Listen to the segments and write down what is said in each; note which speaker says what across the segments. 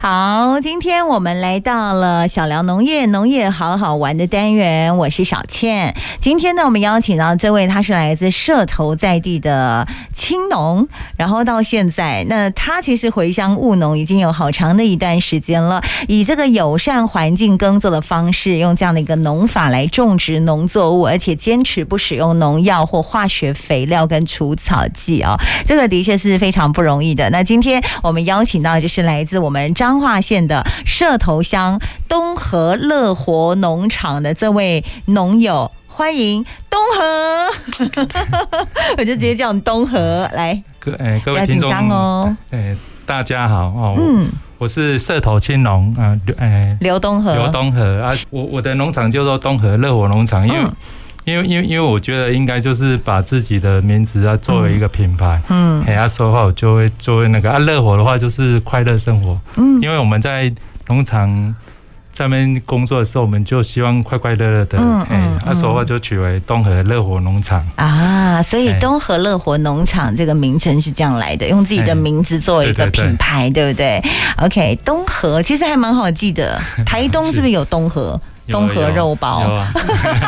Speaker 1: 好，今天我们来到了小聊农业，农业好好玩的单元，我是小倩。今天呢，我们邀请到这位，他是来自社头在地的青农，然后到现在，那他其实回乡务农已经有好长的一段时间了，以这个友善环境耕作的方式，用这样的一个农法来种植农作物，而且坚持不使用农药或化学肥料跟除草剂哦，这个的确是非常不容易的。那今天我们邀请到就是来自我们彰化县的社头乡东河乐活农场的这位农友，欢迎东河， 我就直接叫你东河来，
Speaker 2: 各哎各
Speaker 1: 不
Speaker 2: 位
Speaker 1: 要
Speaker 2: 听
Speaker 1: 紧
Speaker 2: 众，
Speaker 1: 张哦。
Speaker 2: 哎大家好哦，
Speaker 1: 嗯，
Speaker 2: 我是社头青农啊，刘哎
Speaker 1: 刘东河，
Speaker 2: 刘东河啊，我我的农场叫做东河乐活农场，因为、
Speaker 1: 嗯
Speaker 2: 因为因为因为我觉得应该就是把自己的名字啊作为一个品牌，
Speaker 1: 嗯
Speaker 2: 哎、啊说的话我就会作为那个啊乐活的话就是快乐生活，
Speaker 1: 嗯
Speaker 2: 因为我们在农场。上面工作的时候，我们就希望快快乐乐的，
Speaker 1: 嗯
Speaker 2: 哎、
Speaker 1: 嗯
Speaker 2: 啊，所以
Speaker 1: 嗯
Speaker 2: 话就取为东河乐活农场，
Speaker 1: 啊，所以
Speaker 2: 哎
Speaker 1: 东河乐活农场这个名称是这样来的，用自己的
Speaker 2: 哎
Speaker 1: 名字作为一个
Speaker 2: 对对对
Speaker 1: 品牌，对不对？OK，东河其实还蛮好记的，台东是不是有东河？
Speaker 2: 有
Speaker 1: 东河
Speaker 2: 有
Speaker 1: 肉包
Speaker 2: 有啊，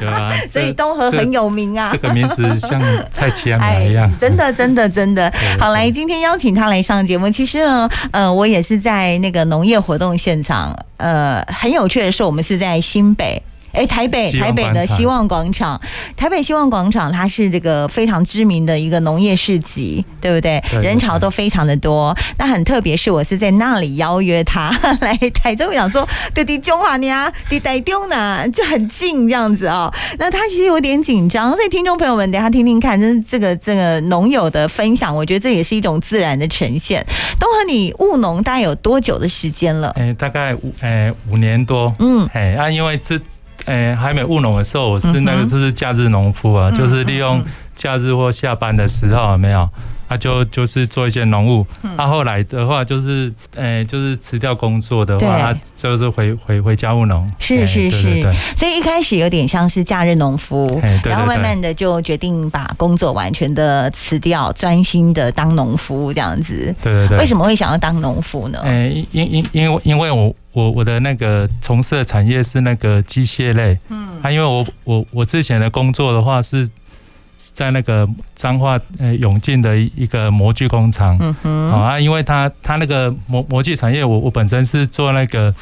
Speaker 2: 有啊，
Speaker 1: 所以
Speaker 2: 这
Speaker 1: 东河很有名啊
Speaker 2: 这。个名字像蔡奇安来一样
Speaker 1: 哎。真的，真的，真的
Speaker 2: 对。对
Speaker 1: 好，来，今天邀请他来上节目。其实呢，呃，我也是在那个农业活动现场。呃，很有趣的是，我们是在新北。哎，台北
Speaker 2: 希
Speaker 1: 台
Speaker 2: 望
Speaker 1: 北的
Speaker 2: 广场
Speaker 1: 希望广场，台北希望广场，它是这个非常知名的一个农业市集，对不对？
Speaker 2: 对对
Speaker 1: 人潮都非常的多。那很特别，是我是在那里邀约他 来台中，我想说，对弟中华呢，弟台中呢，就很近这样子哦。那他其实有点紧张，所以听众朋友们，等一下听听看，真是这个这个农友的分享，我觉得这也是一种自然的呈现。东和，你务农大概有多久的时间了？
Speaker 2: 哎、大概五哎、五年多，
Speaker 1: 嗯
Speaker 2: 哎、啊，因为这哎、还没务农的时候，我是那
Speaker 1: 嗯
Speaker 2: 个
Speaker 1: 哼
Speaker 2: 就是假日农夫啊，
Speaker 1: 嗯
Speaker 2: 就是利用假日或下班的时候，有没有，啊就就是做一些农务。
Speaker 1: 嗯
Speaker 2: 啊，后来的话就是哎、就是辞掉工作的
Speaker 1: 对
Speaker 2: 话，啊、就是回回回家务农。
Speaker 1: 是
Speaker 2: 哎
Speaker 1: 是是
Speaker 2: 对对对，
Speaker 1: 所以一开始有点像是假日农夫。
Speaker 2: 哎、对
Speaker 1: 然后慢
Speaker 2: 对对。
Speaker 1: 慢的就决定把工作完全的辞掉，专心的当农夫这样子。
Speaker 2: 对对对，
Speaker 1: 为什么会想要当农夫呢？
Speaker 2: 哎、因因因为因为我我我的那个从事的产业是那个机械类，嗯，啊，因为我我我之前的工作的话是是在那个彰化呃永进的一个模具工厂，
Speaker 1: 嗯
Speaker 2: 哦
Speaker 1: 哼，
Speaker 2: 啊，因为它它那个模模具产业我，我本身是做那个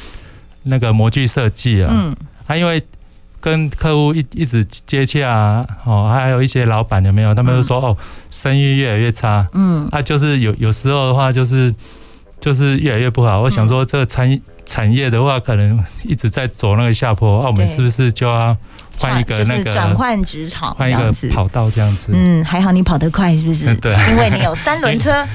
Speaker 2: 那个模具设计啊，
Speaker 1: 嗯
Speaker 2: 啊，因为跟客户一一直接洽啊，哦，还有一些老板有没有，他们就说、哦，生意越来越差，
Speaker 1: 嗯
Speaker 2: 啊，就是有有时候的话，就是就是越来越不好。
Speaker 1: 嗯
Speaker 2: 我想说，这个产产业的话，可能一直在走那个下坡，啊，我们
Speaker 1: 对
Speaker 2: 是不是就要换一
Speaker 1: 就
Speaker 2: 个
Speaker 1: 是
Speaker 2: 那个
Speaker 1: 转换职场这
Speaker 2: 换一
Speaker 1: 样
Speaker 2: 个
Speaker 1: 子。
Speaker 2: 跑道这样子？嗯
Speaker 1: 嗯，还好你跑得快，是不是？
Speaker 2: 对，
Speaker 1: 因为你有三轮车， 啊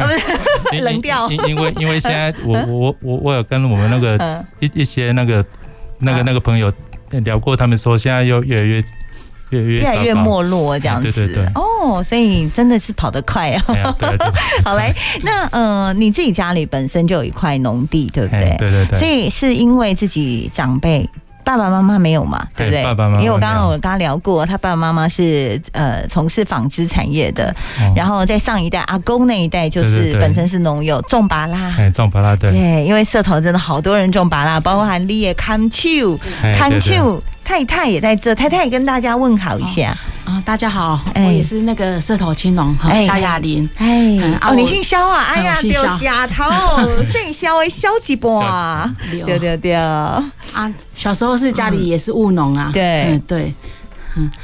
Speaker 1: 不是？
Speaker 2: 因
Speaker 1: 冷掉
Speaker 2: 因因因为因为现在 我我我我有跟我们那个
Speaker 1: 嗯
Speaker 2: 一一些那个那
Speaker 1: 啊
Speaker 2: 个那个朋友呃聊过，他们说现在又越来越越来越
Speaker 1: 越来越
Speaker 2: 糟糕。
Speaker 1: 没落这样子。
Speaker 2: 哎对对对
Speaker 1: 哦，所以真的是跑得快啊。
Speaker 2: 哎呀对对
Speaker 1: 好嘞，那呃，你自己家里本身就有一块农地，对不
Speaker 2: 哎
Speaker 1: 对？
Speaker 2: 对对
Speaker 1: 所
Speaker 2: 对，
Speaker 1: 以是因为自己长辈。爸爸妈妈没有嘛，对不对？
Speaker 2: 哎爸爸妈妈
Speaker 1: 因为我刚刚
Speaker 2: 没
Speaker 1: 我
Speaker 2: 有
Speaker 1: 跟他聊过，他爸爸妈妈是呃从事纺织产业的，
Speaker 2: 哦
Speaker 1: 然后在上一代阿公那一代就
Speaker 2: 对
Speaker 1: 是
Speaker 2: 对对
Speaker 1: 本身是农友，种芭拉，
Speaker 2: 哎种巴拉对，
Speaker 1: 对，因为社头真的好多人种芭拉，包括韩丽也康秋，
Speaker 2: 哎
Speaker 1: 康
Speaker 2: 对对
Speaker 1: 秋太太也在这，太太也跟大家问好一下。
Speaker 3: 啊，大家好，
Speaker 1: 哎
Speaker 3: 我也是那个社头青龙哈
Speaker 1: 哎，
Speaker 3: 夏亚玲。
Speaker 1: 哎
Speaker 3: 嗯，啊
Speaker 1: 哦，你
Speaker 3: 我
Speaker 1: 姓肖啊？哎呀，
Speaker 3: 我
Speaker 1: 丢
Speaker 3: 姓肖
Speaker 1: 下头，姓肖的肖几波啊？
Speaker 3: 刘
Speaker 1: 对对对，
Speaker 3: 哦啊，小时候是家里也是务农啊，
Speaker 1: 对
Speaker 3: 嗯对，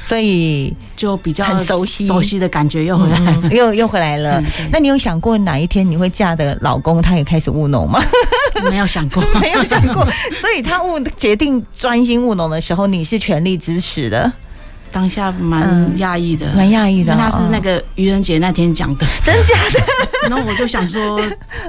Speaker 1: 所以
Speaker 3: 就比较
Speaker 1: 很熟悉
Speaker 3: 熟悉的感觉又回来。
Speaker 1: 嗯又又回来了
Speaker 3: 嗯。对
Speaker 1: 那你有想过哪一天你会嫁的老公他也开始务 农吗？嗯
Speaker 3: 没 有想过，
Speaker 1: 没有想过，所以他务决定专心务农的时候，你是全力支持的，
Speaker 3: 当下蛮
Speaker 1: 嗯
Speaker 3: 讶异的，
Speaker 1: 蛮讶异
Speaker 3: 因
Speaker 1: 的
Speaker 3: 为
Speaker 1: 哦。
Speaker 3: 他是那个愚人节那天讲的，
Speaker 1: 真 假嗯
Speaker 3: 然后我就想说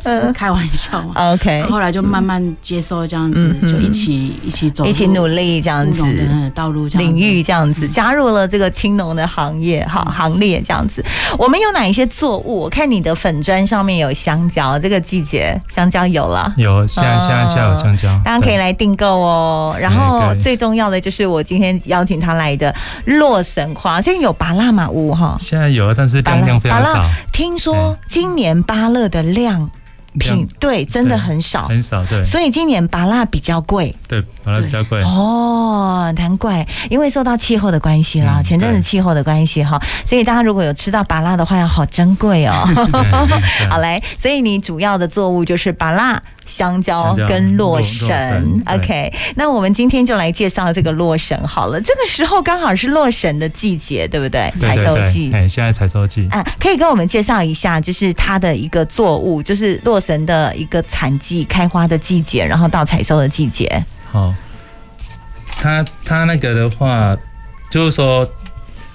Speaker 3: 是开玩笑 嘛，
Speaker 1: 的？OK，
Speaker 3: 后来就慢慢接受这样子
Speaker 1: 哎嗯，嗯
Speaker 3: 就一起一起走入，
Speaker 1: 一起努力这样
Speaker 3: 务
Speaker 1: 子。
Speaker 3: 农的道路这样
Speaker 1: 领
Speaker 3: 子
Speaker 1: 域这样子，嗯加入了这个青农的行业，好行列这样子。我们有哪一些作物？我看你的粉砖上面有香蕉，这个季节香蕉有了。
Speaker 2: 有现在现在现在有香蕉，
Speaker 1: 哦大家可以
Speaker 2: 对
Speaker 1: 来订购哦，然后
Speaker 2: 对对
Speaker 1: 最重要的就是我今天邀请他来的洛神花，现在有巴辣马屋哈，
Speaker 2: 现在有，但是量量非常
Speaker 1: 芭乐芭
Speaker 2: 少。
Speaker 1: 嗯听说今年芭乐的量品对真的很少，
Speaker 2: 很少，对
Speaker 1: 所以今年拔蜡比较贵
Speaker 2: 对，把它比 较贵，
Speaker 1: 哦，难怪，因为受到气候的关系啦，
Speaker 2: 嗯
Speaker 1: 前阵子
Speaker 2: 对
Speaker 1: 气候的关系哈，所以大家如果有吃到拔蜡的话，要好珍贵哦。
Speaker 2: 对对对
Speaker 1: 好嘞，所以你主要的作物就是芭辣、香蕉
Speaker 2: 香蕉
Speaker 1: 跟洛
Speaker 2: 洛
Speaker 1: 神。
Speaker 2: 洛神对
Speaker 1: OK，那我们今天就来介绍这个洛神好了。这个时候刚好是洛神的季节，对不对？
Speaker 2: 对
Speaker 1: 采
Speaker 2: 对
Speaker 1: 收
Speaker 2: 对
Speaker 1: 季。
Speaker 2: 哎，现在采收季，
Speaker 1: 啊，可以跟我们介绍一下，就是它的一个作物，就是洛神的一个产季、开花的季节，然后到采收的季节。
Speaker 2: 好，它它那个的话，就是说，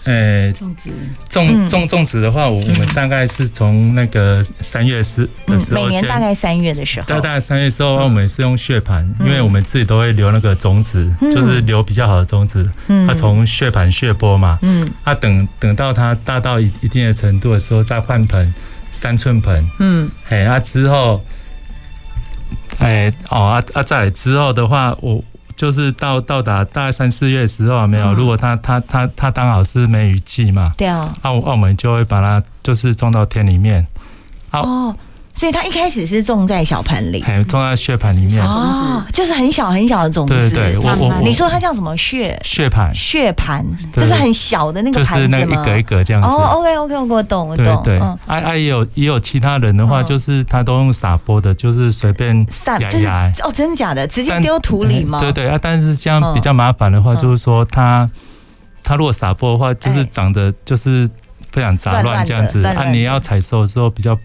Speaker 2: 呃，
Speaker 3: 种植
Speaker 2: 种
Speaker 1: 嗯
Speaker 2: 种种植的话，我我们大概是从那个三月时的
Speaker 1: 嗯，
Speaker 2: 时
Speaker 1: 每
Speaker 2: 候
Speaker 1: 年
Speaker 2: 先，
Speaker 1: 大概三月的时候
Speaker 2: 到。大概三月之后，我们是用血盘，
Speaker 1: 嗯
Speaker 2: 因为我们自己都会留那个种子，
Speaker 1: 嗯
Speaker 2: 就是留比较好的种子，
Speaker 1: 嗯
Speaker 2: 它从血盘血剥嘛，
Speaker 1: 嗯
Speaker 2: 它等等到它大到一一定的程度的时候再换盆，三寸盆，
Speaker 1: 嗯
Speaker 2: 哎，啊之后，哎哦啊啊再来之后的话，我就是到到达大概三四月的时候啊，没有，
Speaker 1: 嗯
Speaker 2: 如果它它它它刚好是梅雨季嘛，
Speaker 1: 对啊。
Speaker 2: 澳澳门就会把它就是种到田里面，好
Speaker 1: 哦，所以它一开始是种在小盆里。
Speaker 2: 还种在血盘里面
Speaker 3: 小。种子
Speaker 1: 嗯哦，就是很小很小的种子。
Speaker 2: 对对对，我
Speaker 3: 慢
Speaker 2: 我
Speaker 3: 慢
Speaker 2: 我
Speaker 1: 你说它叫什么血
Speaker 2: 血盘
Speaker 1: 血盘，就
Speaker 2: 对
Speaker 1: 是很小的那个
Speaker 2: 就是
Speaker 1: 盘
Speaker 2: 那
Speaker 1: 子
Speaker 2: 个
Speaker 1: 吗
Speaker 2: 一？格一格这样
Speaker 1: 哦
Speaker 2: 子。
Speaker 1: ，OK OK，我懂我
Speaker 2: 对
Speaker 1: 懂，
Speaker 2: 对，
Speaker 1: 嗯
Speaker 2: 啊，啊也有也有其他人的话，
Speaker 1: 嗯
Speaker 2: 就是他都用撒播的，就是随便
Speaker 1: 散
Speaker 2: 芽
Speaker 1: 就是
Speaker 2: 芽。
Speaker 1: 哦，真假的，直接
Speaker 2: 但
Speaker 1: 丢土里吗？
Speaker 2: 对对啊，但是这
Speaker 1: 嗯
Speaker 2: 样比较麻烦的话，
Speaker 1: 嗯
Speaker 2: 就是说他他如果撒播的话，就是
Speaker 1: 哎
Speaker 2: 长得就是非常杂
Speaker 1: 乱乱
Speaker 2: 乱这样子
Speaker 1: 的乱
Speaker 2: 啊，
Speaker 1: 乱
Speaker 2: 你
Speaker 1: 的
Speaker 2: 要采收的时候比较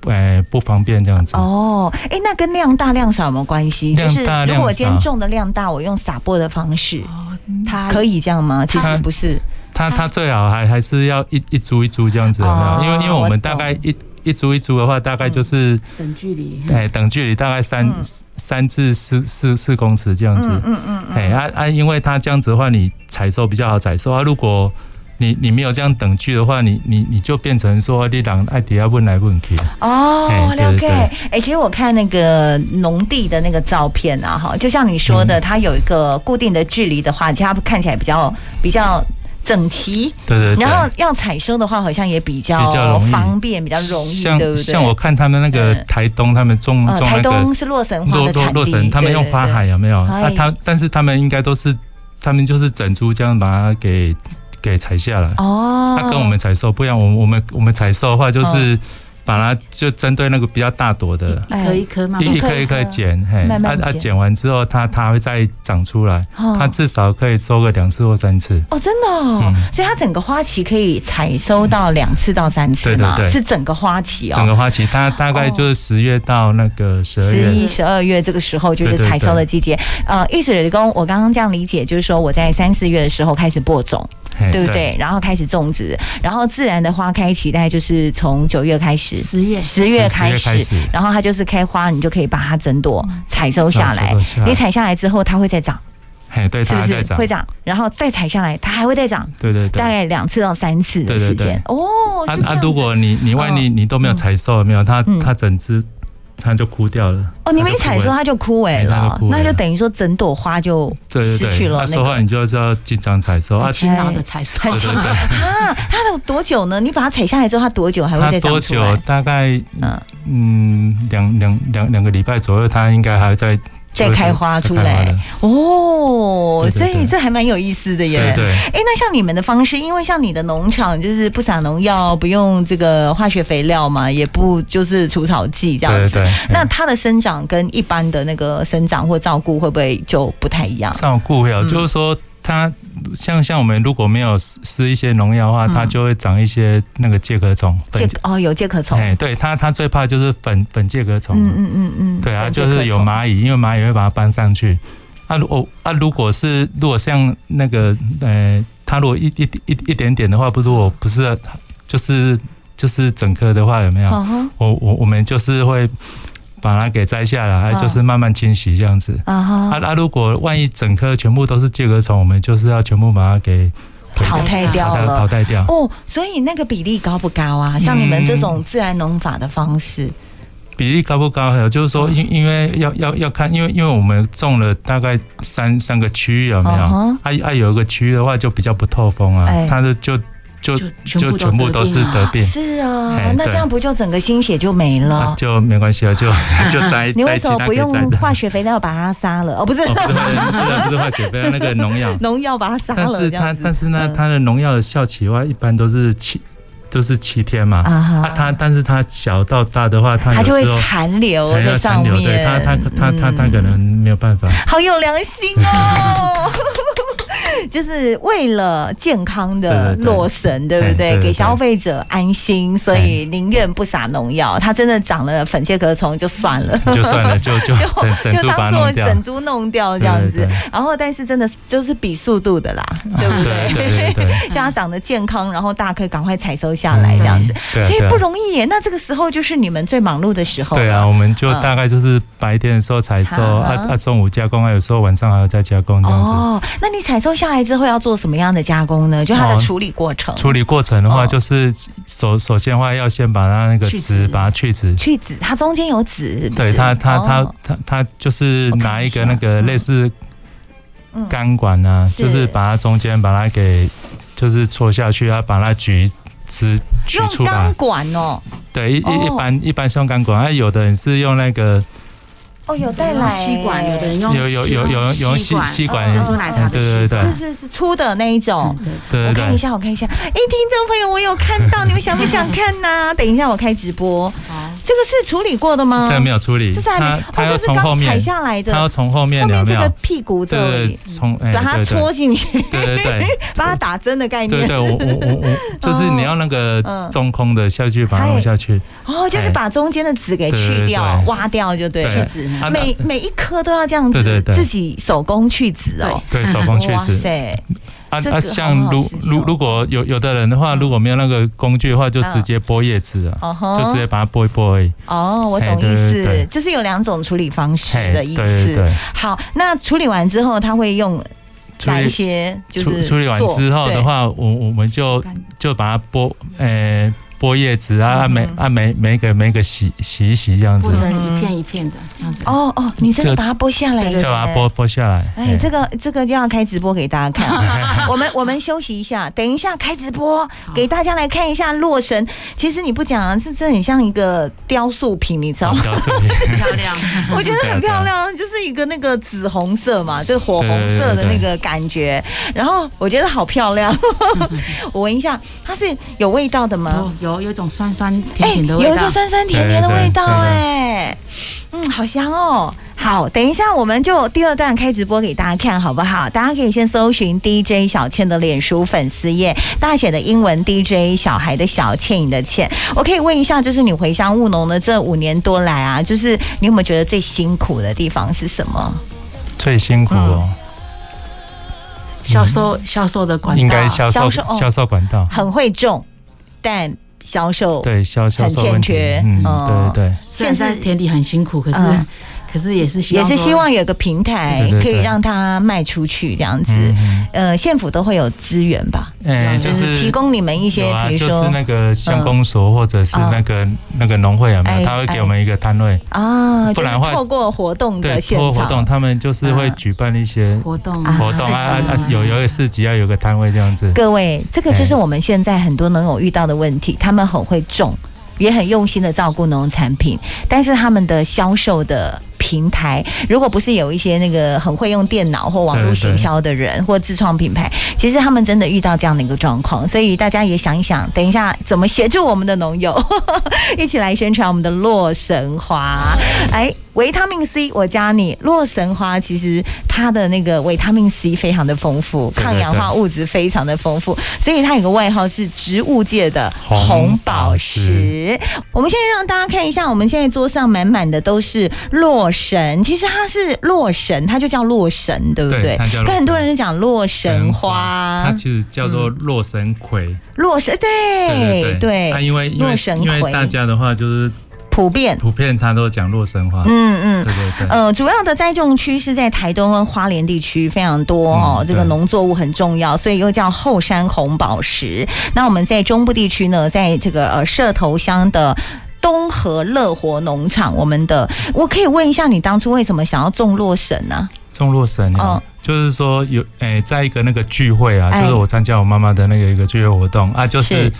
Speaker 2: 不哎不方便这样子。
Speaker 1: 哦，哎，那跟量大量少有没有关系？就
Speaker 2: 量
Speaker 1: 是
Speaker 2: 大
Speaker 1: 如果
Speaker 2: 量
Speaker 1: 我今天
Speaker 2: 少
Speaker 1: 种的量大，我用撒播的方式，
Speaker 3: 哦，它
Speaker 1: 可以这样吗？其实
Speaker 2: 它
Speaker 1: 不是，
Speaker 2: 它
Speaker 1: 它
Speaker 2: 它最好还还是要一一株一株这样子，有没
Speaker 1: 啊哦
Speaker 2: 有？因为因为我
Speaker 1: 我
Speaker 2: 们
Speaker 1: 懂
Speaker 2: 大概一一株一株的话，大概就是
Speaker 3: 等距离
Speaker 2: 哎等距离大概三
Speaker 1: 嗯
Speaker 2: 三至四四四公尺这样
Speaker 1: 嗯
Speaker 2: 子。
Speaker 1: 嗯嗯
Speaker 2: 哎啊啊，因为它这样子的话，你采收比较好采收啊。如果你你没有这样等距的话，你你你就变成说你人爱底下问来问去，
Speaker 1: 哦，
Speaker 2: 哎对
Speaker 1: 了解。
Speaker 2: 对
Speaker 1: 哎、其实我看那个农地的那个照片啊，哈，就像你说
Speaker 2: 嗯
Speaker 1: 的，它有一个固定的距离的话，其实它看起来比较比较整齐。
Speaker 2: 对对对。
Speaker 1: 然后要采收的话，好像也比较
Speaker 2: 比较容易
Speaker 1: 方便，比较容易，
Speaker 2: 像
Speaker 1: 对不对？
Speaker 2: 像我看他们那个
Speaker 1: 嗯
Speaker 2: 台东，他们种
Speaker 1: 呃，
Speaker 2: 种
Speaker 1: 台
Speaker 2: 那个
Speaker 1: 东是洛神花
Speaker 2: 洛
Speaker 1: 的
Speaker 2: 洛
Speaker 1: 产
Speaker 2: 洛
Speaker 1: 地，
Speaker 2: 神，他们用
Speaker 1: 花
Speaker 2: 花海有没有？
Speaker 1: 哎
Speaker 2: 那、他但是他们应该都是，他们就是整株这样把它给给采下来。
Speaker 1: 哦，
Speaker 2: 它、跟我们采收不一样，我们我们我们采收的话
Speaker 1: 哦
Speaker 2: 就是把它就针对那个比较大朵的，
Speaker 3: 一颗一颗慢
Speaker 2: 一
Speaker 1: 一
Speaker 2: 一
Speaker 3: 慢
Speaker 1: 颗
Speaker 2: 颗
Speaker 1: 一
Speaker 2: 一
Speaker 1: 颗
Speaker 2: 颗剪，嘿，
Speaker 1: 呃慢慢
Speaker 2: 啊啊
Speaker 1: 剪
Speaker 2: 剪完之后它它会再长出来，
Speaker 1: 哦
Speaker 2: 它至少可以收个两次或三次。
Speaker 1: 哦，真的、哦，
Speaker 2: 嗯
Speaker 1: 所以它整个花期可以采收到两次到三次
Speaker 2: 对对
Speaker 1: 嘛，
Speaker 2: 对
Speaker 1: 是整个花期哦，
Speaker 2: 整个花期，它大概就是十月到那个十二
Speaker 1: 十
Speaker 2: 月，
Speaker 1: 一、十二月这个时候就是
Speaker 2: 对对对
Speaker 1: 采收的季节。呃，一水工，我刚刚这样理解，就是说我在三四月的时候开始播种，
Speaker 2: 嘿
Speaker 1: 对不对？？然后开始种植，然后自然的花开期待就是从九月开始，
Speaker 3: 十月
Speaker 1: 十月
Speaker 2: 从10
Speaker 1: 开
Speaker 2: 月
Speaker 1: 始，
Speaker 2: 始
Speaker 1: 然后它就是开花，你就可以把它整朵
Speaker 2: 嗯
Speaker 1: 采收下来
Speaker 2: 整朵啊下。来
Speaker 1: 你采下来之后，它会再长，
Speaker 2: 嘿，对，
Speaker 1: 是
Speaker 2: 它
Speaker 1: 不
Speaker 2: 还在
Speaker 1: 是
Speaker 2: 长
Speaker 1: 会，长？然后再采下来，它还会再长，
Speaker 2: 对对对
Speaker 1: 大。概两次到三次的
Speaker 2: 对对
Speaker 1: 时
Speaker 2: 对
Speaker 1: 间。哦，
Speaker 2: 啊
Speaker 1: 是这
Speaker 2: 啊
Speaker 1: 样！子
Speaker 2: 如果你你万一你都没有采收，有没有它
Speaker 1: 嗯
Speaker 2: 它整只它就枯掉了。
Speaker 1: 哦，你
Speaker 2: 它就
Speaker 1: 没采收
Speaker 2: 枯萎
Speaker 1: 它就枯
Speaker 2: 哎
Speaker 1: 萎
Speaker 2: 它就
Speaker 1: 了，
Speaker 2: 枯萎
Speaker 1: 那就
Speaker 2: 了
Speaker 1: 等于说整朵花就
Speaker 2: 对对
Speaker 1: 失去
Speaker 2: 对，
Speaker 1: 了
Speaker 2: 那时
Speaker 1: 那
Speaker 2: 候
Speaker 1: 个
Speaker 2: 你就是要经常采收啊
Speaker 3: 很。勤劳的采收，
Speaker 2: 对对对，
Speaker 1: 啊，它有多久呢？你把它采下来之后，它多久还会
Speaker 2: 它
Speaker 1: 再长
Speaker 2: 多
Speaker 1: 出
Speaker 2: 久
Speaker 1: 来？？
Speaker 2: 大概
Speaker 1: 嗯，
Speaker 2: 嗯两两两两个礼拜左右，它应该还会再
Speaker 1: 再开花出
Speaker 2: 再开花
Speaker 1: 来
Speaker 2: 的
Speaker 1: 哦，
Speaker 2: 对对
Speaker 1: 所
Speaker 2: 对
Speaker 1: 以这还蛮有意思的耶。
Speaker 2: 对对
Speaker 1: 哎，那像你们的方式，因为像你的农场就是不撒农药，不用这个化学肥料嘛，也不就是除草剂这样
Speaker 2: 对
Speaker 1: 子。
Speaker 2: 对。
Speaker 1: 那
Speaker 2: 嗯
Speaker 1: 它的生长跟一般的那个生长或照顾会不会就不太一样？
Speaker 2: 照顾有，
Speaker 1: 嗯
Speaker 2: 就是说它像像我们如果没有施施一些农药的话，
Speaker 1: 嗯
Speaker 2: 它就会长一些那个介壳虫
Speaker 1: 介
Speaker 2: 粉。
Speaker 1: 哦，有介壳虫，
Speaker 2: 哎，对它它最怕就是粉粉介壳虫。
Speaker 1: 嗯嗯嗯嗯，
Speaker 2: 对啊，
Speaker 1: 跟
Speaker 2: 就
Speaker 1: 介壳
Speaker 2: 是有
Speaker 1: 虫？
Speaker 2: 蚂蚁，因为蚂蚁会把它搬上去。啊，如哦啊，如果是如果像那个呃，它如果一一一一点点的话，不如果不是啊就是就是整颗的话，有没有？
Speaker 1: 哦吼
Speaker 2: 我我我们就是会把它给摘下来，
Speaker 1: 嗯
Speaker 2: 就是慢慢清洗这样子。
Speaker 1: 啊哈
Speaker 2: 啊，啊，如果万一整颗全部都是介壳虫，我们就是要全部把它给给
Speaker 1: 淘汰掉
Speaker 2: 淘汰
Speaker 1: 了
Speaker 2: 淘。汰掉。
Speaker 1: 哦，所以那个比例高不高
Speaker 2: 嗯
Speaker 1: 啊？像你们这种自然农法的方式，
Speaker 2: 比例高不高？还有就是
Speaker 1: 哦
Speaker 2: 说，因因为要要要看，因为因为我们种了大概三三个区域有没有？
Speaker 1: 嗯
Speaker 2: 啊
Speaker 1: 哼
Speaker 2: 啊，有一个区域的话就比较不透风啊
Speaker 1: 哎，
Speaker 2: 它就就就
Speaker 3: 就全
Speaker 2: 就
Speaker 3: 部
Speaker 2: 全部
Speaker 3: 都
Speaker 2: 都是
Speaker 3: 病
Speaker 2: 得
Speaker 3: 了。
Speaker 2: 病，
Speaker 1: 是啊
Speaker 2: 哎，
Speaker 1: 那
Speaker 2: 对
Speaker 1: 这样不就整个心血就没
Speaker 2: 啊
Speaker 1: 了？
Speaker 2: 就没关系了， 就就摘
Speaker 1: 你
Speaker 2: 摘
Speaker 1: 为
Speaker 2: 其
Speaker 1: 什么
Speaker 2: 他
Speaker 1: 不
Speaker 2: 可以
Speaker 1: 用
Speaker 2: 摘的。
Speaker 1: 化学肥料把它杀了？哦，不是，。
Speaker 2: 哦，不是化学，不是化学，不是那个农药
Speaker 1: 农药把它杀
Speaker 2: 但
Speaker 1: 了
Speaker 2: 是
Speaker 1: 这
Speaker 2: 它
Speaker 1: 样子。
Speaker 2: 但是呢，
Speaker 1: 嗯
Speaker 2: 它的农药的效期的话，一般都是七，就是七天嘛。
Speaker 1: 啊
Speaker 2: 啊，
Speaker 1: 哈，
Speaker 2: 它但是它小到大的话，它
Speaker 1: 它
Speaker 2: 有
Speaker 1: 就会
Speaker 2: 时候
Speaker 1: 残留
Speaker 2: 还
Speaker 1: 在
Speaker 2: 要
Speaker 1: 上
Speaker 2: 残留，
Speaker 1: 面。
Speaker 2: 对它它它它它
Speaker 1: 嗯
Speaker 2: 可能没有办法。
Speaker 1: 好有良心 哦。就是为了健康的
Speaker 2: 对对对
Speaker 1: 洛神，对不
Speaker 2: 哎对
Speaker 1: 对？
Speaker 2: 对
Speaker 1: 给
Speaker 2: 对
Speaker 1: 消费者安心，所以宁愿不撒农药。它真的长了粉蟹壳虫就算了，
Speaker 2: 就算了，就就整 整
Speaker 1: 就
Speaker 2: 株把它
Speaker 1: 当做
Speaker 2: 弄掉，
Speaker 1: 整株弄掉这样子。
Speaker 2: 对对对
Speaker 1: 然后，但是真的就是比速度的啦，对不
Speaker 2: 对 对对对，
Speaker 1: 就它长得健康，然后大家可以赶快采收下来这样子，
Speaker 2: 对啊
Speaker 1: 所以
Speaker 2: 对啊
Speaker 1: 不容易耶。那这个时候就是你们最忙碌的时候了。
Speaker 2: 对啊，我们就
Speaker 1: 嗯
Speaker 2: 大概就是白天的时候采收，
Speaker 1: 好
Speaker 2: 啊啊中午加工，啊有时候晚上还要再加工这样子。
Speaker 1: 哦，那你采收下来之后要做什么样的加工呢？就它的
Speaker 2: 哦
Speaker 1: 处理过程，
Speaker 2: 处理过程的
Speaker 1: 哦
Speaker 2: 话，就是首首先的话要先把它那个
Speaker 3: 去
Speaker 2: 籽
Speaker 3: 籽
Speaker 2: 把它去籽，
Speaker 1: 去籽，它中间有籽，
Speaker 2: 对
Speaker 1: 是
Speaker 2: 它它它
Speaker 1: 哦
Speaker 2: 它它就是
Speaker 1: 我看
Speaker 2: 拿
Speaker 1: 一
Speaker 2: 一个
Speaker 1: 下
Speaker 2: 那个
Speaker 1: 嗯
Speaker 2: 类似
Speaker 1: 嗯
Speaker 2: 钢管啊，
Speaker 1: 是
Speaker 2: 就是把它中间把它给就是戳下去，啊要把它举籽举出
Speaker 1: 用钢
Speaker 2: 来。
Speaker 1: 管哦，
Speaker 2: 对，一一一
Speaker 1: 哦
Speaker 2: 般一般是用钢管，啊有的人是用那个
Speaker 1: 哦有带
Speaker 3: 用
Speaker 1: 来
Speaker 3: 吸管，有的人用
Speaker 2: 有有有有有用吸吸管
Speaker 3: 珍珠奶茶的吸
Speaker 2: 对对对
Speaker 3: 管，
Speaker 1: 是是是粗的那一种。
Speaker 3: 对
Speaker 2: 对
Speaker 1: 我
Speaker 2: 对
Speaker 1: 看一
Speaker 2: 对。
Speaker 1: 下，我看一下。哎，听众朋友，我有看到，你们想不想看呐？等一下我开直播，
Speaker 3: 好，
Speaker 1: 这个是处理过的吗？
Speaker 2: 这个没有处理，
Speaker 1: 这是还
Speaker 2: 它
Speaker 1: 没，
Speaker 2: 它
Speaker 1: 哦，
Speaker 2: 要
Speaker 1: 这是
Speaker 2: 从后
Speaker 1: 刚采
Speaker 2: 面，
Speaker 1: 下来
Speaker 2: 它
Speaker 1: 的，
Speaker 2: 要从后面
Speaker 1: 后面
Speaker 2: 两
Speaker 1: 这
Speaker 2: 秒
Speaker 1: 个，屁股这
Speaker 2: 对
Speaker 1: 里
Speaker 2: 对，，从哎
Speaker 1: 把它
Speaker 2: 对
Speaker 1: 戳进去，
Speaker 2: 对对对对
Speaker 1: 把它打针的概
Speaker 2: 对
Speaker 1: 念。
Speaker 2: 对，我我我我， 就是你要那
Speaker 1: 嗯
Speaker 2: 个中空的下去把它弄下去，
Speaker 1: 哦，就是把中间的籽给去掉、
Speaker 2: 对对对
Speaker 1: 挖掉就对
Speaker 3: 去
Speaker 1: 了
Speaker 2: 对。
Speaker 3: 籽呢
Speaker 2: 啊
Speaker 1: 每每一颗都要这样子，
Speaker 2: 对对对
Speaker 1: 自己手工去籽哦。
Speaker 2: 对手工去
Speaker 1: 哇
Speaker 2: 籽
Speaker 1: 塞，
Speaker 2: 啊
Speaker 1: 这个
Speaker 2: 啊，像
Speaker 1: 好好
Speaker 2: 如
Speaker 1: 吃哦
Speaker 2: 如如果有有的人的话，
Speaker 1: 嗯
Speaker 2: 如果没有那个工具的话，就直接剥叶子啊，
Speaker 1: 哦
Speaker 2: 就直
Speaker 1: 吼，
Speaker 2: 接把它剥一剥而已，
Speaker 1: 哦，我懂
Speaker 2: 哎对
Speaker 1: 意
Speaker 2: 对对
Speaker 1: 思
Speaker 2: 对，
Speaker 1: 就是有两种处理方式
Speaker 2: 嘿，
Speaker 1: 的
Speaker 2: 对
Speaker 1: 意
Speaker 2: 对
Speaker 1: 思。
Speaker 2: 对，
Speaker 1: 好，那处理完之后，他会用
Speaker 2: 处
Speaker 1: 哪一
Speaker 2: 理
Speaker 1: 些？就
Speaker 2: 处
Speaker 1: 是
Speaker 2: 处理完
Speaker 1: 做
Speaker 2: 之后的，话，我我们就就把它剥，诶剥叶子
Speaker 1: 嗯
Speaker 2: 啊，啊每啊每每个每个洗洗一洗这样子
Speaker 3: 剥，成一片一片的这样子
Speaker 1: 对。哦哦，你真的
Speaker 2: 就
Speaker 1: 把它剥下来，
Speaker 2: 就把它剥。剥下来，
Speaker 1: 哎，
Speaker 2: 嘿
Speaker 1: 这个这个就要开直播给大家 看。我们我们休息一下，等一下开直播给大家来看一下洛神。其实你不讲啊，是真的很像一个雕塑品，你知道
Speaker 2: 比
Speaker 1: 吗？
Speaker 2: 较特别。
Speaker 3: 漂亮，
Speaker 1: 我觉得很漂亮，就是一个那个紫红色嘛，就是火红色的那个感觉。然后我觉得好漂亮， 我闻一下，它是有味道的吗？
Speaker 3: 有有有一种酸酸甜
Speaker 1: 哎，
Speaker 3: 甜的味
Speaker 1: 有一
Speaker 3: 道
Speaker 1: 个，酸酸甜甜的
Speaker 2: 对对
Speaker 1: 味道、
Speaker 2: 对对
Speaker 1: 哎，嗯，好香哦。好，等一下我们就第二段开直播给大家看，好不好？大家可以先搜寻 DJ 小倩的脸书粉丝页，大写的英文 DJ 小孩的小倩你的倩。我可以问一下，就是你回乡务农的这五年多来啊，就是你有没有觉得最辛苦的地方是什么？
Speaker 2: 最 辛苦哦，
Speaker 3: 销售销售的管
Speaker 2: 嗯
Speaker 3: 道，
Speaker 2: 应该销
Speaker 1: 销
Speaker 2: 售
Speaker 1: 售哦
Speaker 2: 销售管道，
Speaker 1: 很会种，但销售
Speaker 2: 对销销
Speaker 1: 很
Speaker 2: 售
Speaker 1: 欠
Speaker 2: 问题
Speaker 1: 缺，
Speaker 2: 嗯，
Speaker 1: 嗯
Speaker 2: 对对
Speaker 3: 虽然在田里很辛苦，可是、
Speaker 1: 嗯
Speaker 3: 可是也是希
Speaker 1: 也
Speaker 3: 望
Speaker 1: 是
Speaker 3: 说
Speaker 1: 希望有个平台
Speaker 2: 对对
Speaker 1: 可以
Speaker 2: 对
Speaker 1: 让它卖出去这样子。
Speaker 2: 嗯，
Speaker 1: 呃，县府都会有资源吧，
Speaker 2: 嗯哎，
Speaker 3: 就
Speaker 2: 就是是
Speaker 1: 提供你们一些
Speaker 2: 有，啊，
Speaker 1: 比
Speaker 2: 就
Speaker 1: 如说嗯
Speaker 2: 是那个乡公所或者是那个那个农会啊，没
Speaker 1: 哎
Speaker 2: 有，他会给我们一个摊位，
Speaker 1: 啊，就是
Speaker 2: 不然的话
Speaker 1: 透过活动
Speaker 2: 对
Speaker 1: 的，现
Speaker 2: 通过活动
Speaker 1: 场，
Speaker 2: 他们就是会
Speaker 1: 嗯
Speaker 2: 举办一些
Speaker 3: 活动
Speaker 1: 啊
Speaker 2: 活动啊啊，
Speaker 3: 市集
Speaker 2: 啊有有一个市集要有个摊位这样子，
Speaker 1: 各位，这个
Speaker 2: 哎
Speaker 1: 就是我们现在很多农友遇到的问题，他们很会种，也很用心的照顾农产品，但是他们的销售的。平台如果不是有一些那个很会用电脑或网络
Speaker 2: 对对
Speaker 1: 行销的人，或自创品牌，其实他们真的遇到这样的一个状况，所以大家也想一想，等一下怎么协助我们的农友，一起来宣传我们的洛神花。哎，维他命 C，我教你，洛神花其实它的那个维他命 C 非常的丰富，
Speaker 2: 对对
Speaker 1: 抗氧化物质非常的丰富，所以它有个外号是植物界的红
Speaker 2: 红
Speaker 1: 宝
Speaker 2: 宝
Speaker 1: 石
Speaker 2: 石。
Speaker 1: 我们现在让大家看一下，我们现在桌上满满的都是洛神，其实它是洛神，它就叫洛神，对不对？
Speaker 2: 对它叫洛神
Speaker 1: 跟很多人讲洛神花
Speaker 2: 它，其实叫做洛神葵，
Speaker 1: 洛神对
Speaker 2: 它啊因为因为
Speaker 1: 洛神葵
Speaker 2: 因为大家的话就是
Speaker 1: 普遍，
Speaker 2: 普遍他都讲洛神花，
Speaker 1: 嗯嗯。
Speaker 2: 对对对，
Speaker 1: 呃，主要的栽种区是在台东跟花莲地区非常多哦，
Speaker 2: 嗯
Speaker 1: 这个农作物很重要，所以又叫后山红宝石。那我们在中部地区呢，在这个呃社头乡的。东河乐活农场，我们的我可以问一下，你当初为什么想要种洛神呢、
Speaker 2: 种洛神，
Speaker 1: 嗯，
Speaker 2: 哦就是说有诶、在一个那个聚会啊，
Speaker 1: 哎
Speaker 2: 就是我参加我妈妈的那个一个聚会活动啊，就是
Speaker 1: 是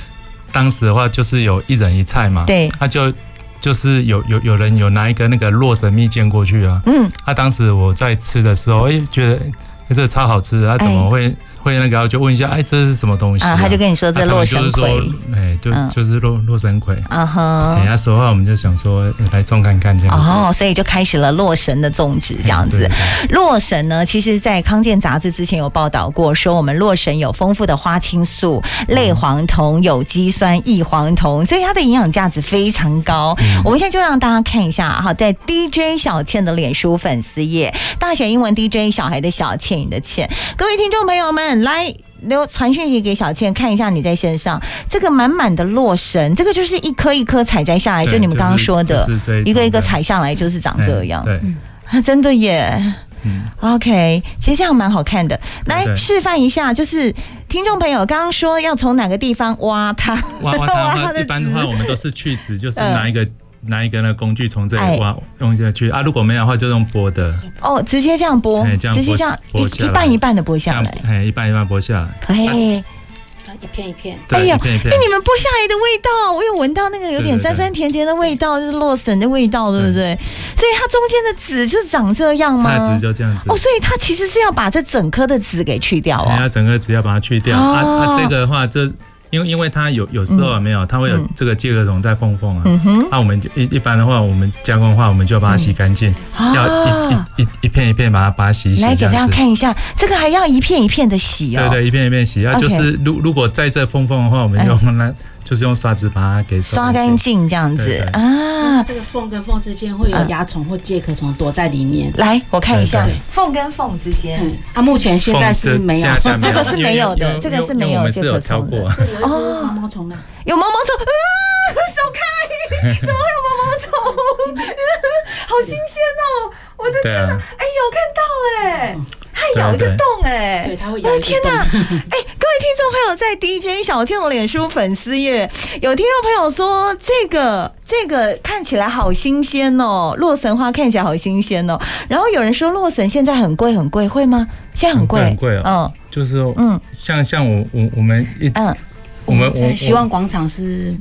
Speaker 2: 当时的话就是有一人一菜嘛，，
Speaker 1: 对，
Speaker 2: 他、就就是有有有人有拿一个那个洛神蜜饯过去啊，
Speaker 1: 嗯，
Speaker 2: 他、当时我在吃的时候，哎、觉得、诶这个超好吃的，啊他、怎么
Speaker 1: 哎
Speaker 2: 会、会那个啊？我就问一下，哎、这是什么东西、
Speaker 1: 啊，他就跟你说
Speaker 2: 啊
Speaker 1: 这
Speaker 2: 他们
Speaker 1: 洛
Speaker 2: 就
Speaker 1: 神
Speaker 2: 是说
Speaker 1: 葵，，
Speaker 2: 哎、就、
Speaker 1: 嗯
Speaker 2: 就是洛洛神葵。哎
Speaker 1: 啊哈
Speaker 2: 等。一下说话，我们就想说呃来种看看这样子。
Speaker 1: 哦，所以就开始了洛神的种植这样
Speaker 2: 对
Speaker 1: 子
Speaker 2: 对。对
Speaker 1: 洛神呢，其实，在康健杂志之前有报道过，说我们洛神有丰富的花青素、类黄酮、有机酸、异黄酮，所以它的营养价值非常高。
Speaker 2: 嗯
Speaker 1: 我们现在就让大家看一下哈，在 DJ 小倩的脸书粉丝页，大写英文 DJ 小孩的小倩，你的倩，各位听众朋友们来。留传讯息给小倩看一下，你在线上这个满满的洛神，这个就是一颗一颗采摘下来，
Speaker 2: 对
Speaker 1: 哎就你们刚刚
Speaker 2: 是
Speaker 1: 说的，
Speaker 2: 就是这种
Speaker 1: 一个一个
Speaker 2: 的哎
Speaker 1: 采下来就是长这样。
Speaker 2: 对，
Speaker 1: 啊，真的耶。
Speaker 2: 嗯
Speaker 1: OK，其实这样蛮好看的。来
Speaker 2: 对
Speaker 1: 示范一下，就是听众朋友刚刚说要从哪个地方挖它，
Speaker 2: 挖 挖
Speaker 1: 挖它
Speaker 2: 沙的话，
Speaker 1: 的
Speaker 2: 一般的话
Speaker 1: 籽
Speaker 2: 我们都是去籽，就是
Speaker 1: 嗯
Speaker 2: 拿一个拿一个那个工具从这
Speaker 1: 哎
Speaker 2: 里挖用下去啊。如果没有的话，就用剥的，
Speaker 1: 哦，直接这样剥
Speaker 2: 哎，这样
Speaker 1: 直接
Speaker 2: 剥
Speaker 1: 这样
Speaker 2: 剥下
Speaker 1: 一
Speaker 2: 来
Speaker 1: 一半一半的剥
Speaker 2: 这
Speaker 1: 下
Speaker 2: 样
Speaker 1: 来。
Speaker 2: 哎一半一半剥下来。
Speaker 1: 哎，
Speaker 3: 一片一片，
Speaker 1: 哎
Speaker 2: 对，
Speaker 1: 呀
Speaker 2: 一片一片
Speaker 1: 哎，。你们剥下来的味道，我有闻到那个有点
Speaker 2: 对对对
Speaker 1: 酸酸甜甜的味道，就是洛神的味道，对不对？所以它中间的籽就长这样
Speaker 2: 大
Speaker 1: 吗
Speaker 2: 籽？就这样子
Speaker 1: 哦，。所以它其实是要把这整颗的籽给去掉
Speaker 2: 哎
Speaker 1: 哦。
Speaker 2: 呀，整个籽要把它去掉啊
Speaker 1: 哦
Speaker 2: 啊！这个的话，这因为因为它有有时候啊没有，它会有
Speaker 1: 嗯
Speaker 2: 这个介壳虫在缝缝啊。
Speaker 1: 嗯哼，
Speaker 2: 那我们就一一般的话，我们加工的话，我们就把它洗干净，要一
Speaker 1: 啊，
Speaker 2: 一一一片一片把它把它洗一洗。
Speaker 1: 来给大
Speaker 2: 这
Speaker 1: 家
Speaker 2: 样子。
Speaker 1: 看一下，这个还要一片一片的洗哦。
Speaker 2: 对对，一遍一遍洗啊，
Speaker 1: OK
Speaker 2: 就是如如果在这缝缝的话，我们
Speaker 1: 哎
Speaker 2: 用那、就是用刷子把它给
Speaker 1: 刷干。净这样
Speaker 2: 对
Speaker 1: 子
Speaker 2: 对
Speaker 1: 啊。
Speaker 3: 这个缝跟缝之间会有蚜虫或介壳虫躲在里面。
Speaker 1: 来，我看一下
Speaker 2: 对对
Speaker 1: 缝跟缝之间，
Speaker 3: 嗯，它、目前现在是没有
Speaker 2: 缝，这现在
Speaker 1: 这个是没有的
Speaker 2: 因为
Speaker 1: 这个是没有
Speaker 2: 因为我们是
Speaker 1: 介壳虫
Speaker 2: 有挑过啊，
Speaker 3: 这里有一只毛毛虫啊，
Speaker 1: 有毛毛虫，啊， 走开！怎么会有毛毛虫？ 好新鲜哦！我的
Speaker 2: 对啊，
Speaker 1: 哎，有看到哎，还咬一个
Speaker 2: 对对
Speaker 1: 洞哎，
Speaker 3: 对，它会
Speaker 1: 我
Speaker 3: 咬
Speaker 1: 的
Speaker 3: 一
Speaker 1: 天
Speaker 3: 个
Speaker 1: 哪！
Speaker 3: 洞
Speaker 1: 哎，。各位听众朋友，在 DJ 小天的脸书粉丝页，有听众朋友说，这个这个看起来好新鲜哦，洛神花看起来好新鲜哦。然后有人说洛神现在很贵很贵，会吗？现在很贵，
Speaker 2: 很贵很贵啊
Speaker 1: 嗯
Speaker 2: 就是说
Speaker 1: 嗯
Speaker 2: 像像我我我们一、
Speaker 1: 嗯，
Speaker 2: 我们
Speaker 3: 在
Speaker 2: 我
Speaker 3: 希望广场是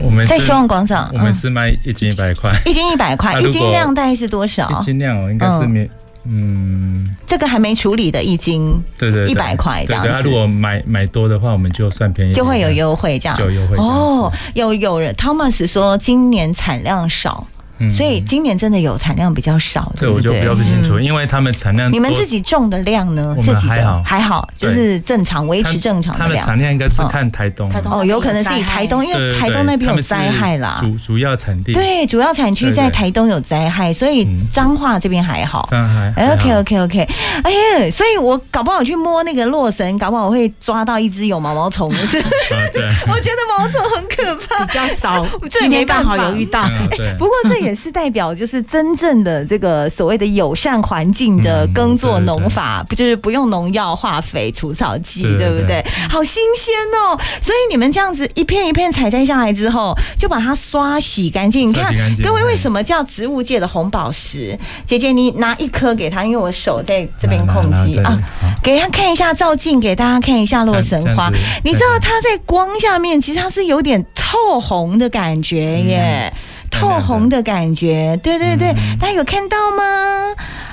Speaker 2: 我我们是
Speaker 1: 在希望广场，嗯
Speaker 2: 我们是卖一斤一百块，
Speaker 1: 一斤一百块，
Speaker 2: 啊
Speaker 1: 一
Speaker 2: 如果
Speaker 1: 斤量大概是多少
Speaker 2: 一？斤量哦，应该是
Speaker 1: 嗯
Speaker 2: 没嗯。
Speaker 1: 这个还没处理的一斤
Speaker 2: 对对，对
Speaker 1: 100块这
Speaker 2: 对
Speaker 1: 样
Speaker 2: 对，
Speaker 1: 子
Speaker 2: 啊如果买买多的话，我们就算便宜一点，
Speaker 1: 就会有优惠，这样
Speaker 2: 就有优惠这样子
Speaker 1: 哦。有有人 Thomas 说今年产量少，
Speaker 2: 嗯
Speaker 1: 所以今年真的有产量比较少，
Speaker 2: 这
Speaker 1: 对
Speaker 2: 我
Speaker 1: 不
Speaker 2: 就
Speaker 1: 对嗯
Speaker 2: 比较不清楚，因为他们产量
Speaker 1: 你们
Speaker 2: 多
Speaker 1: 自己种的量呢？
Speaker 2: 我们
Speaker 1: 自己的
Speaker 2: 还好
Speaker 1: 还好，就
Speaker 2: 对
Speaker 1: 是正常维持正常
Speaker 2: 他
Speaker 1: 的
Speaker 2: 们
Speaker 1: 量。
Speaker 2: 产量应该是
Speaker 1: 嗯
Speaker 2: 看台东啊，
Speaker 3: 台东
Speaker 1: 哦，有可能是以台东，因
Speaker 2: 对对
Speaker 1: 为
Speaker 2: 对
Speaker 1: 台东那边
Speaker 2: 他
Speaker 1: 有
Speaker 2: 们是
Speaker 1: 灾害啦。
Speaker 2: 主主要产地
Speaker 1: 对，主要产区
Speaker 2: 对对
Speaker 1: 在台东有灾害，所以
Speaker 2: 嗯
Speaker 1: 彰化这边还好。
Speaker 2: 上海。啊还好
Speaker 1: OK OK OK，哎呀，所以我搞不好去摸那个洛神，搞不好我会抓到一只有毛毛 虫。是，
Speaker 2: 啊， 对，
Speaker 1: 我觉得毛毛虫很可怕，
Speaker 3: 比。较 少
Speaker 1: 这也
Speaker 3: 今
Speaker 1: 没
Speaker 3: 天
Speaker 1: 办
Speaker 3: 刚
Speaker 1: 法
Speaker 3: 好有遇到。
Speaker 2: 嗯对
Speaker 1: 哎不过这也是代表，就是真正的这个所谓的友善环境的
Speaker 2: 嗯
Speaker 1: 耕作
Speaker 2: 对对
Speaker 1: 农法，不就是不用农药、化肥、除草剂，
Speaker 2: 对
Speaker 1: 对不对
Speaker 2: 对？
Speaker 1: 好新鲜哦！所以你们这样子一片一片采摘下来之后，就把它刷洗干净。你
Speaker 2: 刷
Speaker 1: 看
Speaker 2: 洗干，净
Speaker 1: 各位
Speaker 2: 嗯
Speaker 1: 为什么叫植物界的红宝石？姐姐，你拿一颗给他，因为我手在这边
Speaker 2: 拿
Speaker 1: 控
Speaker 2: 拿
Speaker 1: 机
Speaker 2: 拿
Speaker 1: 啊
Speaker 2: 这里好，
Speaker 1: 给他看一下照镜，给大家看一下洛神花
Speaker 2: 这样这样子。
Speaker 1: 你知道
Speaker 2: 对
Speaker 1: 它在光下面，其实它是有点透红的感觉耶。
Speaker 2: 嗯
Speaker 1: 透红的感觉，对对对，大家有看到吗？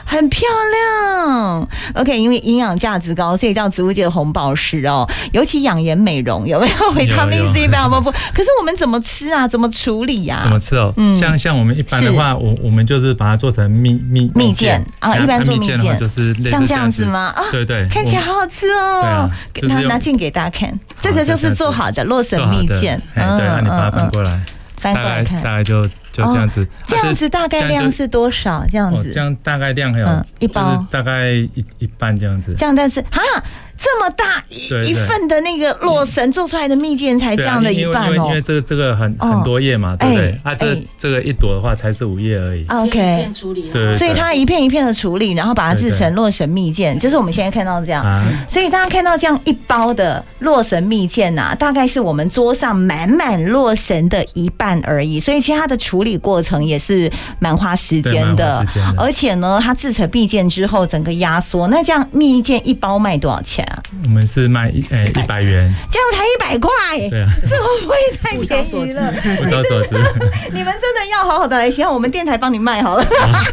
Speaker 1: 很漂亮。OK，因为营养价值高，所以叫植物界的红宝石哦。尤其养颜美容，有没有维他命 C
Speaker 2: 有
Speaker 1: 非常丰富？可是我们怎么吃啊？怎么处理呀、
Speaker 2: 怎么吃哦
Speaker 1: 嗯？
Speaker 2: 像像我们一般的话，我我们就是把它做成蜜蜜
Speaker 1: 蜜饯啊
Speaker 2: 对
Speaker 1: 一般做
Speaker 2: 蜜
Speaker 1: 蜜饯
Speaker 2: 饯的话就是类似
Speaker 1: 像这
Speaker 2: 这
Speaker 1: 样
Speaker 2: 样
Speaker 1: 子？吗？啊，
Speaker 2: 对对，
Speaker 1: 看起来
Speaker 2: 我
Speaker 1: 好好吃哦！
Speaker 2: 对啊就是
Speaker 1: 拿
Speaker 2: 用啊
Speaker 1: 拿进给大家看，这个就是做好的洛神
Speaker 2: 做好
Speaker 1: 蜜
Speaker 2: 的
Speaker 1: 饯。
Speaker 2: 哎对，那你把它翻过来，
Speaker 1: 嗯翻
Speaker 2: 大
Speaker 1: 过来
Speaker 2: 概大
Speaker 1: 看，
Speaker 2: 概就就这样子，
Speaker 1: 这
Speaker 2: 啊
Speaker 1: 样子大概
Speaker 2: 这样
Speaker 1: 量
Speaker 2: 就是
Speaker 1: 多少？这样
Speaker 2: 哦
Speaker 1: 子，
Speaker 2: 这样大概量还有
Speaker 1: 嗯一包
Speaker 2: 就是大概一一半这样子，
Speaker 1: 这样，但是啊，这这么大一
Speaker 2: 对对
Speaker 1: 一份的那个洛神做出来的蜜饯才这
Speaker 2: 对啊
Speaker 1: 样的一
Speaker 2: 因为
Speaker 1: 半
Speaker 2: 因为因
Speaker 1: 哦
Speaker 2: 为。这个这个很
Speaker 1: 哦
Speaker 2: 很多页嘛，对不对？
Speaker 1: 哎
Speaker 2: 啊，这
Speaker 1: 哎
Speaker 2: 这个一朵的话才是五页而已。
Speaker 3: 片
Speaker 1: OK，
Speaker 3: 片处理好啊
Speaker 2: 对
Speaker 1: 所以它一片一片的处理，然后把它制
Speaker 2: 对对
Speaker 1: 成洛神蜜饯，就是我们现在看到这样。
Speaker 2: 啊，
Speaker 1: 所以大家看到这样一包的洛神蜜饯呐、大概是我们桌上满满洛神的一半而已。所以其实它的处理过程也是蛮花时间
Speaker 2: 对蛮
Speaker 1: 的
Speaker 2: 花时间，的
Speaker 1: 而且呢，它制成蜜饯之后整个压缩，那这样蜜饯一包卖多少钱啊？
Speaker 2: 我们是卖一诶一百元，
Speaker 1: 这样才一百块，
Speaker 2: 对啊，
Speaker 1: 这会不会太
Speaker 3: 物超所
Speaker 1: 便宜
Speaker 3: 值
Speaker 1: 了？
Speaker 2: 不招所知。
Speaker 1: 你们真的要好好的来想，我们电台帮你卖 好了。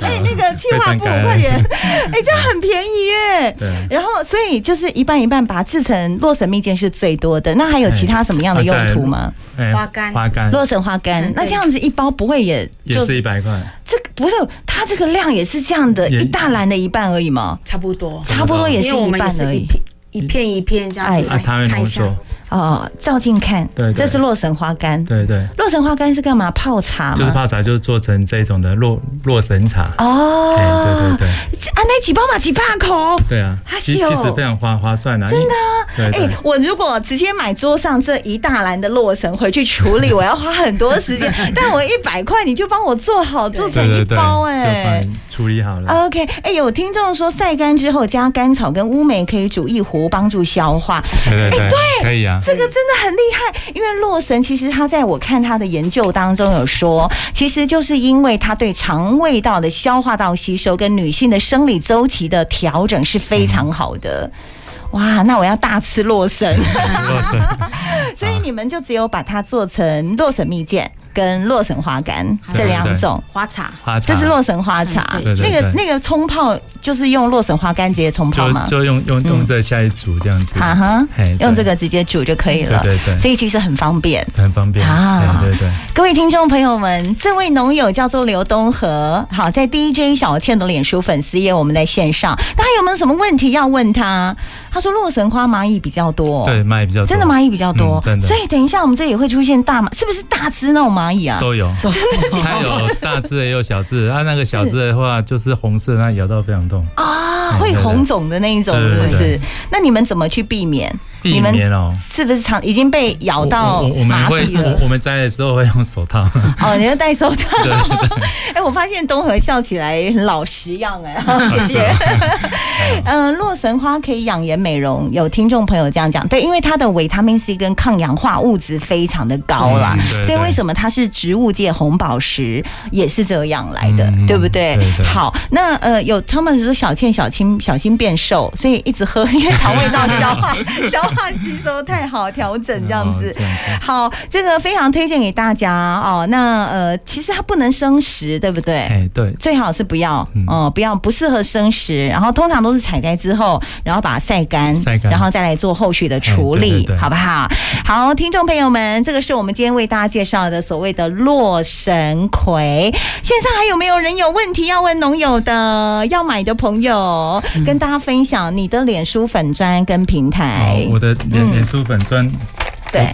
Speaker 1: 哎、那个企划部，
Speaker 2: 啊非常感恩
Speaker 1: 快点！哎、这样很便宜耶。
Speaker 2: 对啊
Speaker 1: 然后，所以就是一半一半把它制成洛神蜜饯是最多的，那还有其他什么样的用途吗？
Speaker 2: 哎
Speaker 3: 花干
Speaker 2: 花干
Speaker 1: 啊洛神花干
Speaker 3: 嗯，
Speaker 1: 那
Speaker 3: 对
Speaker 1: 这样子一包不会也
Speaker 2: 也
Speaker 1: 就是
Speaker 2: 一百块，
Speaker 1: 这个不是它这个量也是这样的，
Speaker 2: 也
Speaker 1: 一大篮的一半而已吗？
Speaker 3: 差不多，
Speaker 1: 差不多也是
Speaker 3: 因为我
Speaker 1: 一
Speaker 3: 们也
Speaker 1: 半
Speaker 3: 是
Speaker 1: 而
Speaker 3: 一
Speaker 1: 已
Speaker 3: 片一片一片这样
Speaker 1: 哎
Speaker 3: 子
Speaker 2: 啊，
Speaker 3: 来
Speaker 2: 它会
Speaker 3: 看
Speaker 2: 浓
Speaker 3: 一下
Speaker 2: 缩，，
Speaker 1: 哦。照镜看，
Speaker 2: 对对
Speaker 1: 这是洛神花干。
Speaker 2: 对对，
Speaker 1: 洛神花干是干嘛？泡茶
Speaker 2: 就是
Speaker 1: 吗？
Speaker 2: 泡茶就做成这种的洛洛神茶，
Speaker 1: 哦，
Speaker 2: 哎，对对对，
Speaker 1: 这啊，那几包嘛，几把口。
Speaker 2: 对啊，
Speaker 1: 哈
Speaker 2: 其
Speaker 1: 西哦
Speaker 2: 其实非常划划算啊，真的，对
Speaker 1: 哎、
Speaker 2: 对。
Speaker 1: 我如果直接买桌上这一大篮的洛神回去处理，我要花很多时 间。但我一百块，你就帮我做好，做成
Speaker 2: 对
Speaker 1: 一
Speaker 2: 对对，
Speaker 1: 包、
Speaker 2: 就
Speaker 1: 哎
Speaker 2: 帮。你处理好了。
Speaker 1: OK，哎、有听众说晒干之后加甘草跟乌梅可以煮一壶，帮助消化。
Speaker 2: 对对对，可以啊。
Speaker 1: 哎这个真的很厉害，因为洛神其实他在我看他的研究当中有说，其实就是因为他对肠胃道的消化道吸收跟女性的生理周期的调整是非常好的。
Speaker 2: 嗯
Speaker 1: 哇，那我要大吃洛 神。
Speaker 2: 洛神
Speaker 1: 所以你们就只有把它做成洛神蜜饯跟洛神花干
Speaker 2: 对
Speaker 1: 这两种。
Speaker 3: 花茶
Speaker 2: 花茶，
Speaker 1: 这是洛神花茶，
Speaker 3: 嗯
Speaker 2: 对对
Speaker 1: 那个
Speaker 2: 对
Speaker 1: 那个冲泡就是用洛神花干直接冲泡吗嗯
Speaker 2: 就？就用用用这下一组这样子，
Speaker 1: 啊哈
Speaker 2: 嘿，对
Speaker 1: 用这个直接煮就可以了。
Speaker 2: 对对对
Speaker 1: 所以其实很方便。
Speaker 2: 很方便哎
Speaker 1: 啊
Speaker 2: 对对对，
Speaker 1: 各位听众朋友们，这位农友叫做刘东和，好，在 DJ 小倩的脸书粉丝页，我们在线上，大家有没有什么问题要问他？他说洛神花蚂蚁比较多，
Speaker 2: 对，蚂蚁比较多
Speaker 1: 哦真的蚂蚁比较多
Speaker 2: 嗯，真的
Speaker 1: 所以等一下我们这里会出现大蚂，是不是大只那种蚂蚁啊？
Speaker 2: 都有，它有大只的也有小只的，啊，那个小只的话就是红色，那咬到非常痛，
Speaker 1: 啊，
Speaker 2: 嗯
Speaker 1: 会
Speaker 2: 对
Speaker 1: 红肿的那一种，
Speaker 2: 对
Speaker 1: 是
Speaker 2: 对
Speaker 1: 不
Speaker 2: 对
Speaker 1: 是？那你们怎么去避免？
Speaker 2: 避
Speaker 1: 你
Speaker 2: 免
Speaker 1: 们
Speaker 2: 哦。
Speaker 1: 是不是常已经被咬到
Speaker 2: 我我我们
Speaker 1: 麻
Speaker 2: 会
Speaker 1: 痹了
Speaker 2: 我？我们摘的时候会用手套，
Speaker 1: 哦，你要戴手套。哎，我发现东河笑起来很老实样哎，
Speaker 2: 啊
Speaker 1: 谢谢。 嗯，洛神花可以养颜美容，有听众朋友这样讲，对，因为它的维他命 C 跟抗氧化物质非常的高啦
Speaker 2: 嗯，对
Speaker 1: 所以
Speaker 2: 对
Speaker 1: 为什么它是植物界红宝石也是这样来的，
Speaker 2: 嗯
Speaker 1: 对不对？
Speaker 2: 对对
Speaker 1: 好，那呃，有他们说小倩小青小心变瘦，所以一直喝，因为肠胃道消 化消化吸收太好，调整 这样子哎
Speaker 2: 哦。这样子
Speaker 1: 好，这个非常推荐给大家哦。那呃，其实它不能生食，对不对？
Speaker 2: 哎，对，
Speaker 1: 最好是不要哦、
Speaker 2: 嗯
Speaker 1: 不要不适合生食。然后通常都是采摘之后，然后把它晒干，
Speaker 2: 晒干
Speaker 1: 然后再来做后续的处理，
Speaker 2: 哎对对对
Speaker 1: 好不好？好，听众朋友们，这个是我们今天为大家介绍的所谓的洛神葵。线上还有没有人有问题要问农友的、要买的朋友，
Speaker 2: 嗯
Speaker 1: 跟大家分享你的脸书粉砖跟平台
Speaker 2: 哦，？我的脸
Speaker 1: 嗯
Speaker 2: 脸书粉砖，
Speaker 1: 对，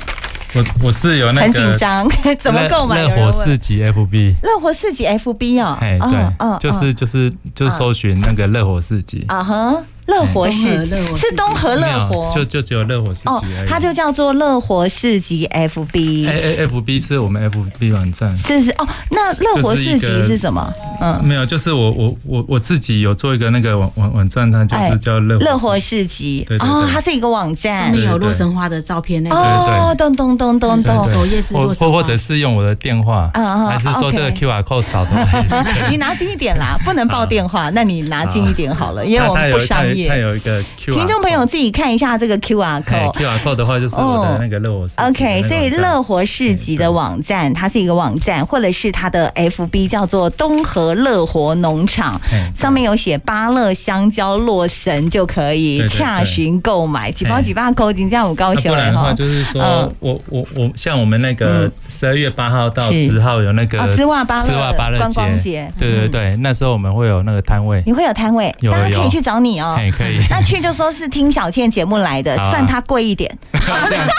Speaker 2: 我我是有那
Speaker 1: 很紧
Speaker 2: 个
Speaker 1: 张， 怎么购买？
Speaker 2: 乐
Speaker 1: 有人
Speaker 2: 乐活
Speaker 1: 问
Speaker 2: 四级 FB。
Speaker 1: 乐活市集 FB 哦，
Speaker 2: 哎，
Speaker 1: 嗯嗯
Speaker 2: 对，就是就是就是搜寻那个热火市集
Speaker 1: 嗯，啊哈，乐活市集
Speaker 3: 东河乐活市集
Speaker 1: 是东河
Speaker 2: 没
Speaker 1: 乐
Speaker 2: 有，
Speaker 1: 活
Speaker 2: 就就只有热火市
Speaker 1: 哦
Speaker 2: 集而，已。哎
Speaker 1: 它就叫做乐活市集
Speaker 2: A
Speaker 1: FB，
Speaker 2: A F B 是我们 F B 网站，
Speaker 1: 是是哦，那乐活市集
Speaker 2: 就是一个
Speaker 1: 是什么？嗯，
Speaker 2: 没有，就是我我我我自己有做一个那个网网网站，它就
Speaker 1: 哎
Speaker 2: 是叫乐
Speaker 1: 乐
Speaker 2: 活
Speaker 1: 活市
Speaker 2: 市集。
Speaker 1: 集
Speaker 2: 对对
Speaker 1: 哦，
Speaker 2: 对
Speaker 1: 它是一个网
Speaker 3: 上
Speaker 1: 站
Speaker 3: 面有洛神花的照片那个，
Speaker 1: 哦，咚咚咚咚
Speaker 2: 对
Speaker 1: 咚。
Speaker 2: 对
Speaker 3: 首页是
Speaker 2: 或
Speaker 3: 洛神
Speaker 2: 或
Speaker 3: 花
Speaker 2: 或者是用我的电话，
Speaker 1: 啊嗯嗯
Speaker 2: 还是
Speaker 1: 啊
Speaker 2: 说
Speaker 1: ，OK
Speaker 2: 这个 Q R code 扫的话也是，
Speaker 1: 呃你拿近一点 啦，不能报电
Speaker 2: 啊
Speaker 1: 话，那你拿近一点好了，因为
Speaker 2: 它
Speaker 1: 我
Speaker 2: 它
Speaker 1: 们不
Speaker 2: 啊有它
Speaker 1: 商
Speaker 2: 有它
Speaker 1: 业。
Speaker 2: 有一个 Q R，
Speaker 1: 听众朋友自己看一下这个 QR code，
Speaker 2: Q R code 的话就是我的那个乐活市集的那个网站。
Speaker 1: OK，所以乐活市集的网站，它是一个网站，或者是它的 FB 叫做东河乐活农场，
Speaker 2: 哎对
Speaker 1: 上面有写芭乐、香蕉、洛神就可以
Speaker 2: 对对对
Speaker 1: 洽询购买，几包
Speaker 2: 哎
Speaker 1: 几包扣金，这样我高
Speaker 2: 啊
Speaker 1: 兴
Speaker 2: 不然
Speaker 1: 了
Speaker 2: 的话
Speaker 1: 哈。
Speaker 2: 就是说
Speaker 1: 嗯，
Speaker 2: 我我我像我们那个十二月八号到
Speaker 1: 是
Speaker 2: 十号有那个
Speaker 1: 啊，织袜芭乐、
Speaker 2: 织袜芭乐
Speaker 1: 观光
Speaker 2: 节
Speaker 1: 节，嗯
Speaker 2: 对对对，那时候我们会有那个摊位，
Speaker 1: 你会有摊位，
Speaker 2: 有
Speaker 1: 大家
Speaker 2: 有
Speaker 1: 可以去找你哦。
Speaker 2: 哎，可以
Speaker 1: 那去就说是听小倩节目来的，
Speaker 2: 好啊
Speaker 1: 算她贵一点，
Speaker 2: 这样子，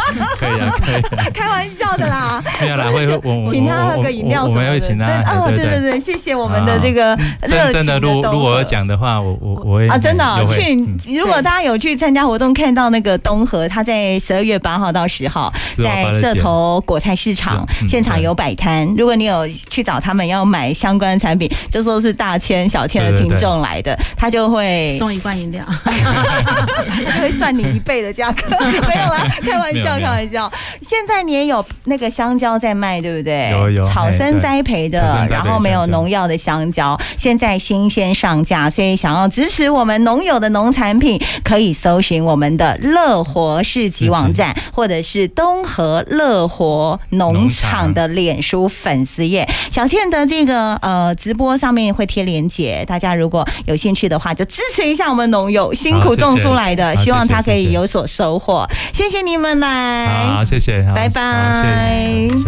Speaker 2: 可以啊，可以啊，
Speaker 1: 开玩笑的啦。
Speaker 2: 没有啦，会会 我我
Speaker 1: 请他
Speaker 2: 我
Speaker 1: 喝个饮料
Speaker 2: 我
Speaker 1: 什么
Speaker 2: 我们
Speaker 1: 的。
Speaker 2: 会请他，哎
Speaker 1: 对哦，
Speaker 2: 对
Speaker 1: 对
Speaker 2: 对。啊
Speaker 1: 对对，谢谢我们的这个热
Speaker 2: 真
Speaker 1: 情
Speaker 2: 真的，如
Speaker 1: 豆
Speaker 2: 如果
Speaker 1: 荷
Speaker 2: 要讲的话，我我我也
Speaker 1: 啊，真的哦、
Speaker 2: 有会嗯
Speaker 1: 去。如果大家有去参加活动，看到那个东河，他在十二月八号到十号
Speaker 2: 12
Speaker 1: 在社头果菜市场
Speaker 2: 是嗯
Speaker 1: 现场有摆摊。如果你有去找他们要买相关产品，就说是大千、小千的
Speaker 2: 对对
Speaker 1: 听
Speaker 2: 对
Speaker 1: 众来的，他就会
Speaker 3: 送一罐饮料，
Speaker 1: 他就会算你一倍的价 格。没有啦，开玩
Speaker 2: 没有
Speaker 1: 笑，
Speaker 2: 没
Speaker 1: 开
Speaker 2: 有
Speaker 1: 玩笑。现在你也有那个香蕉在卖，对不对？
Speaker 2: 有有
Speaker 1: 草
Speaker 2: 哎
Speaker 1: 生
Speaker 2: 对
Speaker 1: 栽培的
Speaker 2: 草生栽，培
Speaker 1: 然后没有
Speaker 2: 香蕉
Speaker 1: 农药的香蕉，现在新鲜上架，所以想要支持我们农友的农产品，可以搜寻我们的乐活市集网站，或者是东河乐活农场的脸书粉丝页。小倩的这个呃直播上面会贴链接，大家如果有兴趣的话，就支持一下我们农友辛苦
Speaker 2: 好谢谢
Speaker 1: 种出来的，
Speaker 2: 好
Speaker 1: 希望他可
Speaker 2: 谢谢谢
Speaker 1: 以
Speaker 2: 谢
Speaker 1: 有所收获。谢谢你们来，
Speaker 2: 好，谢谢，好
Speaker 1: 拜
Speaker 2: 好谢谢
Speaker 1: 拜
Speaker 2: 好谢谢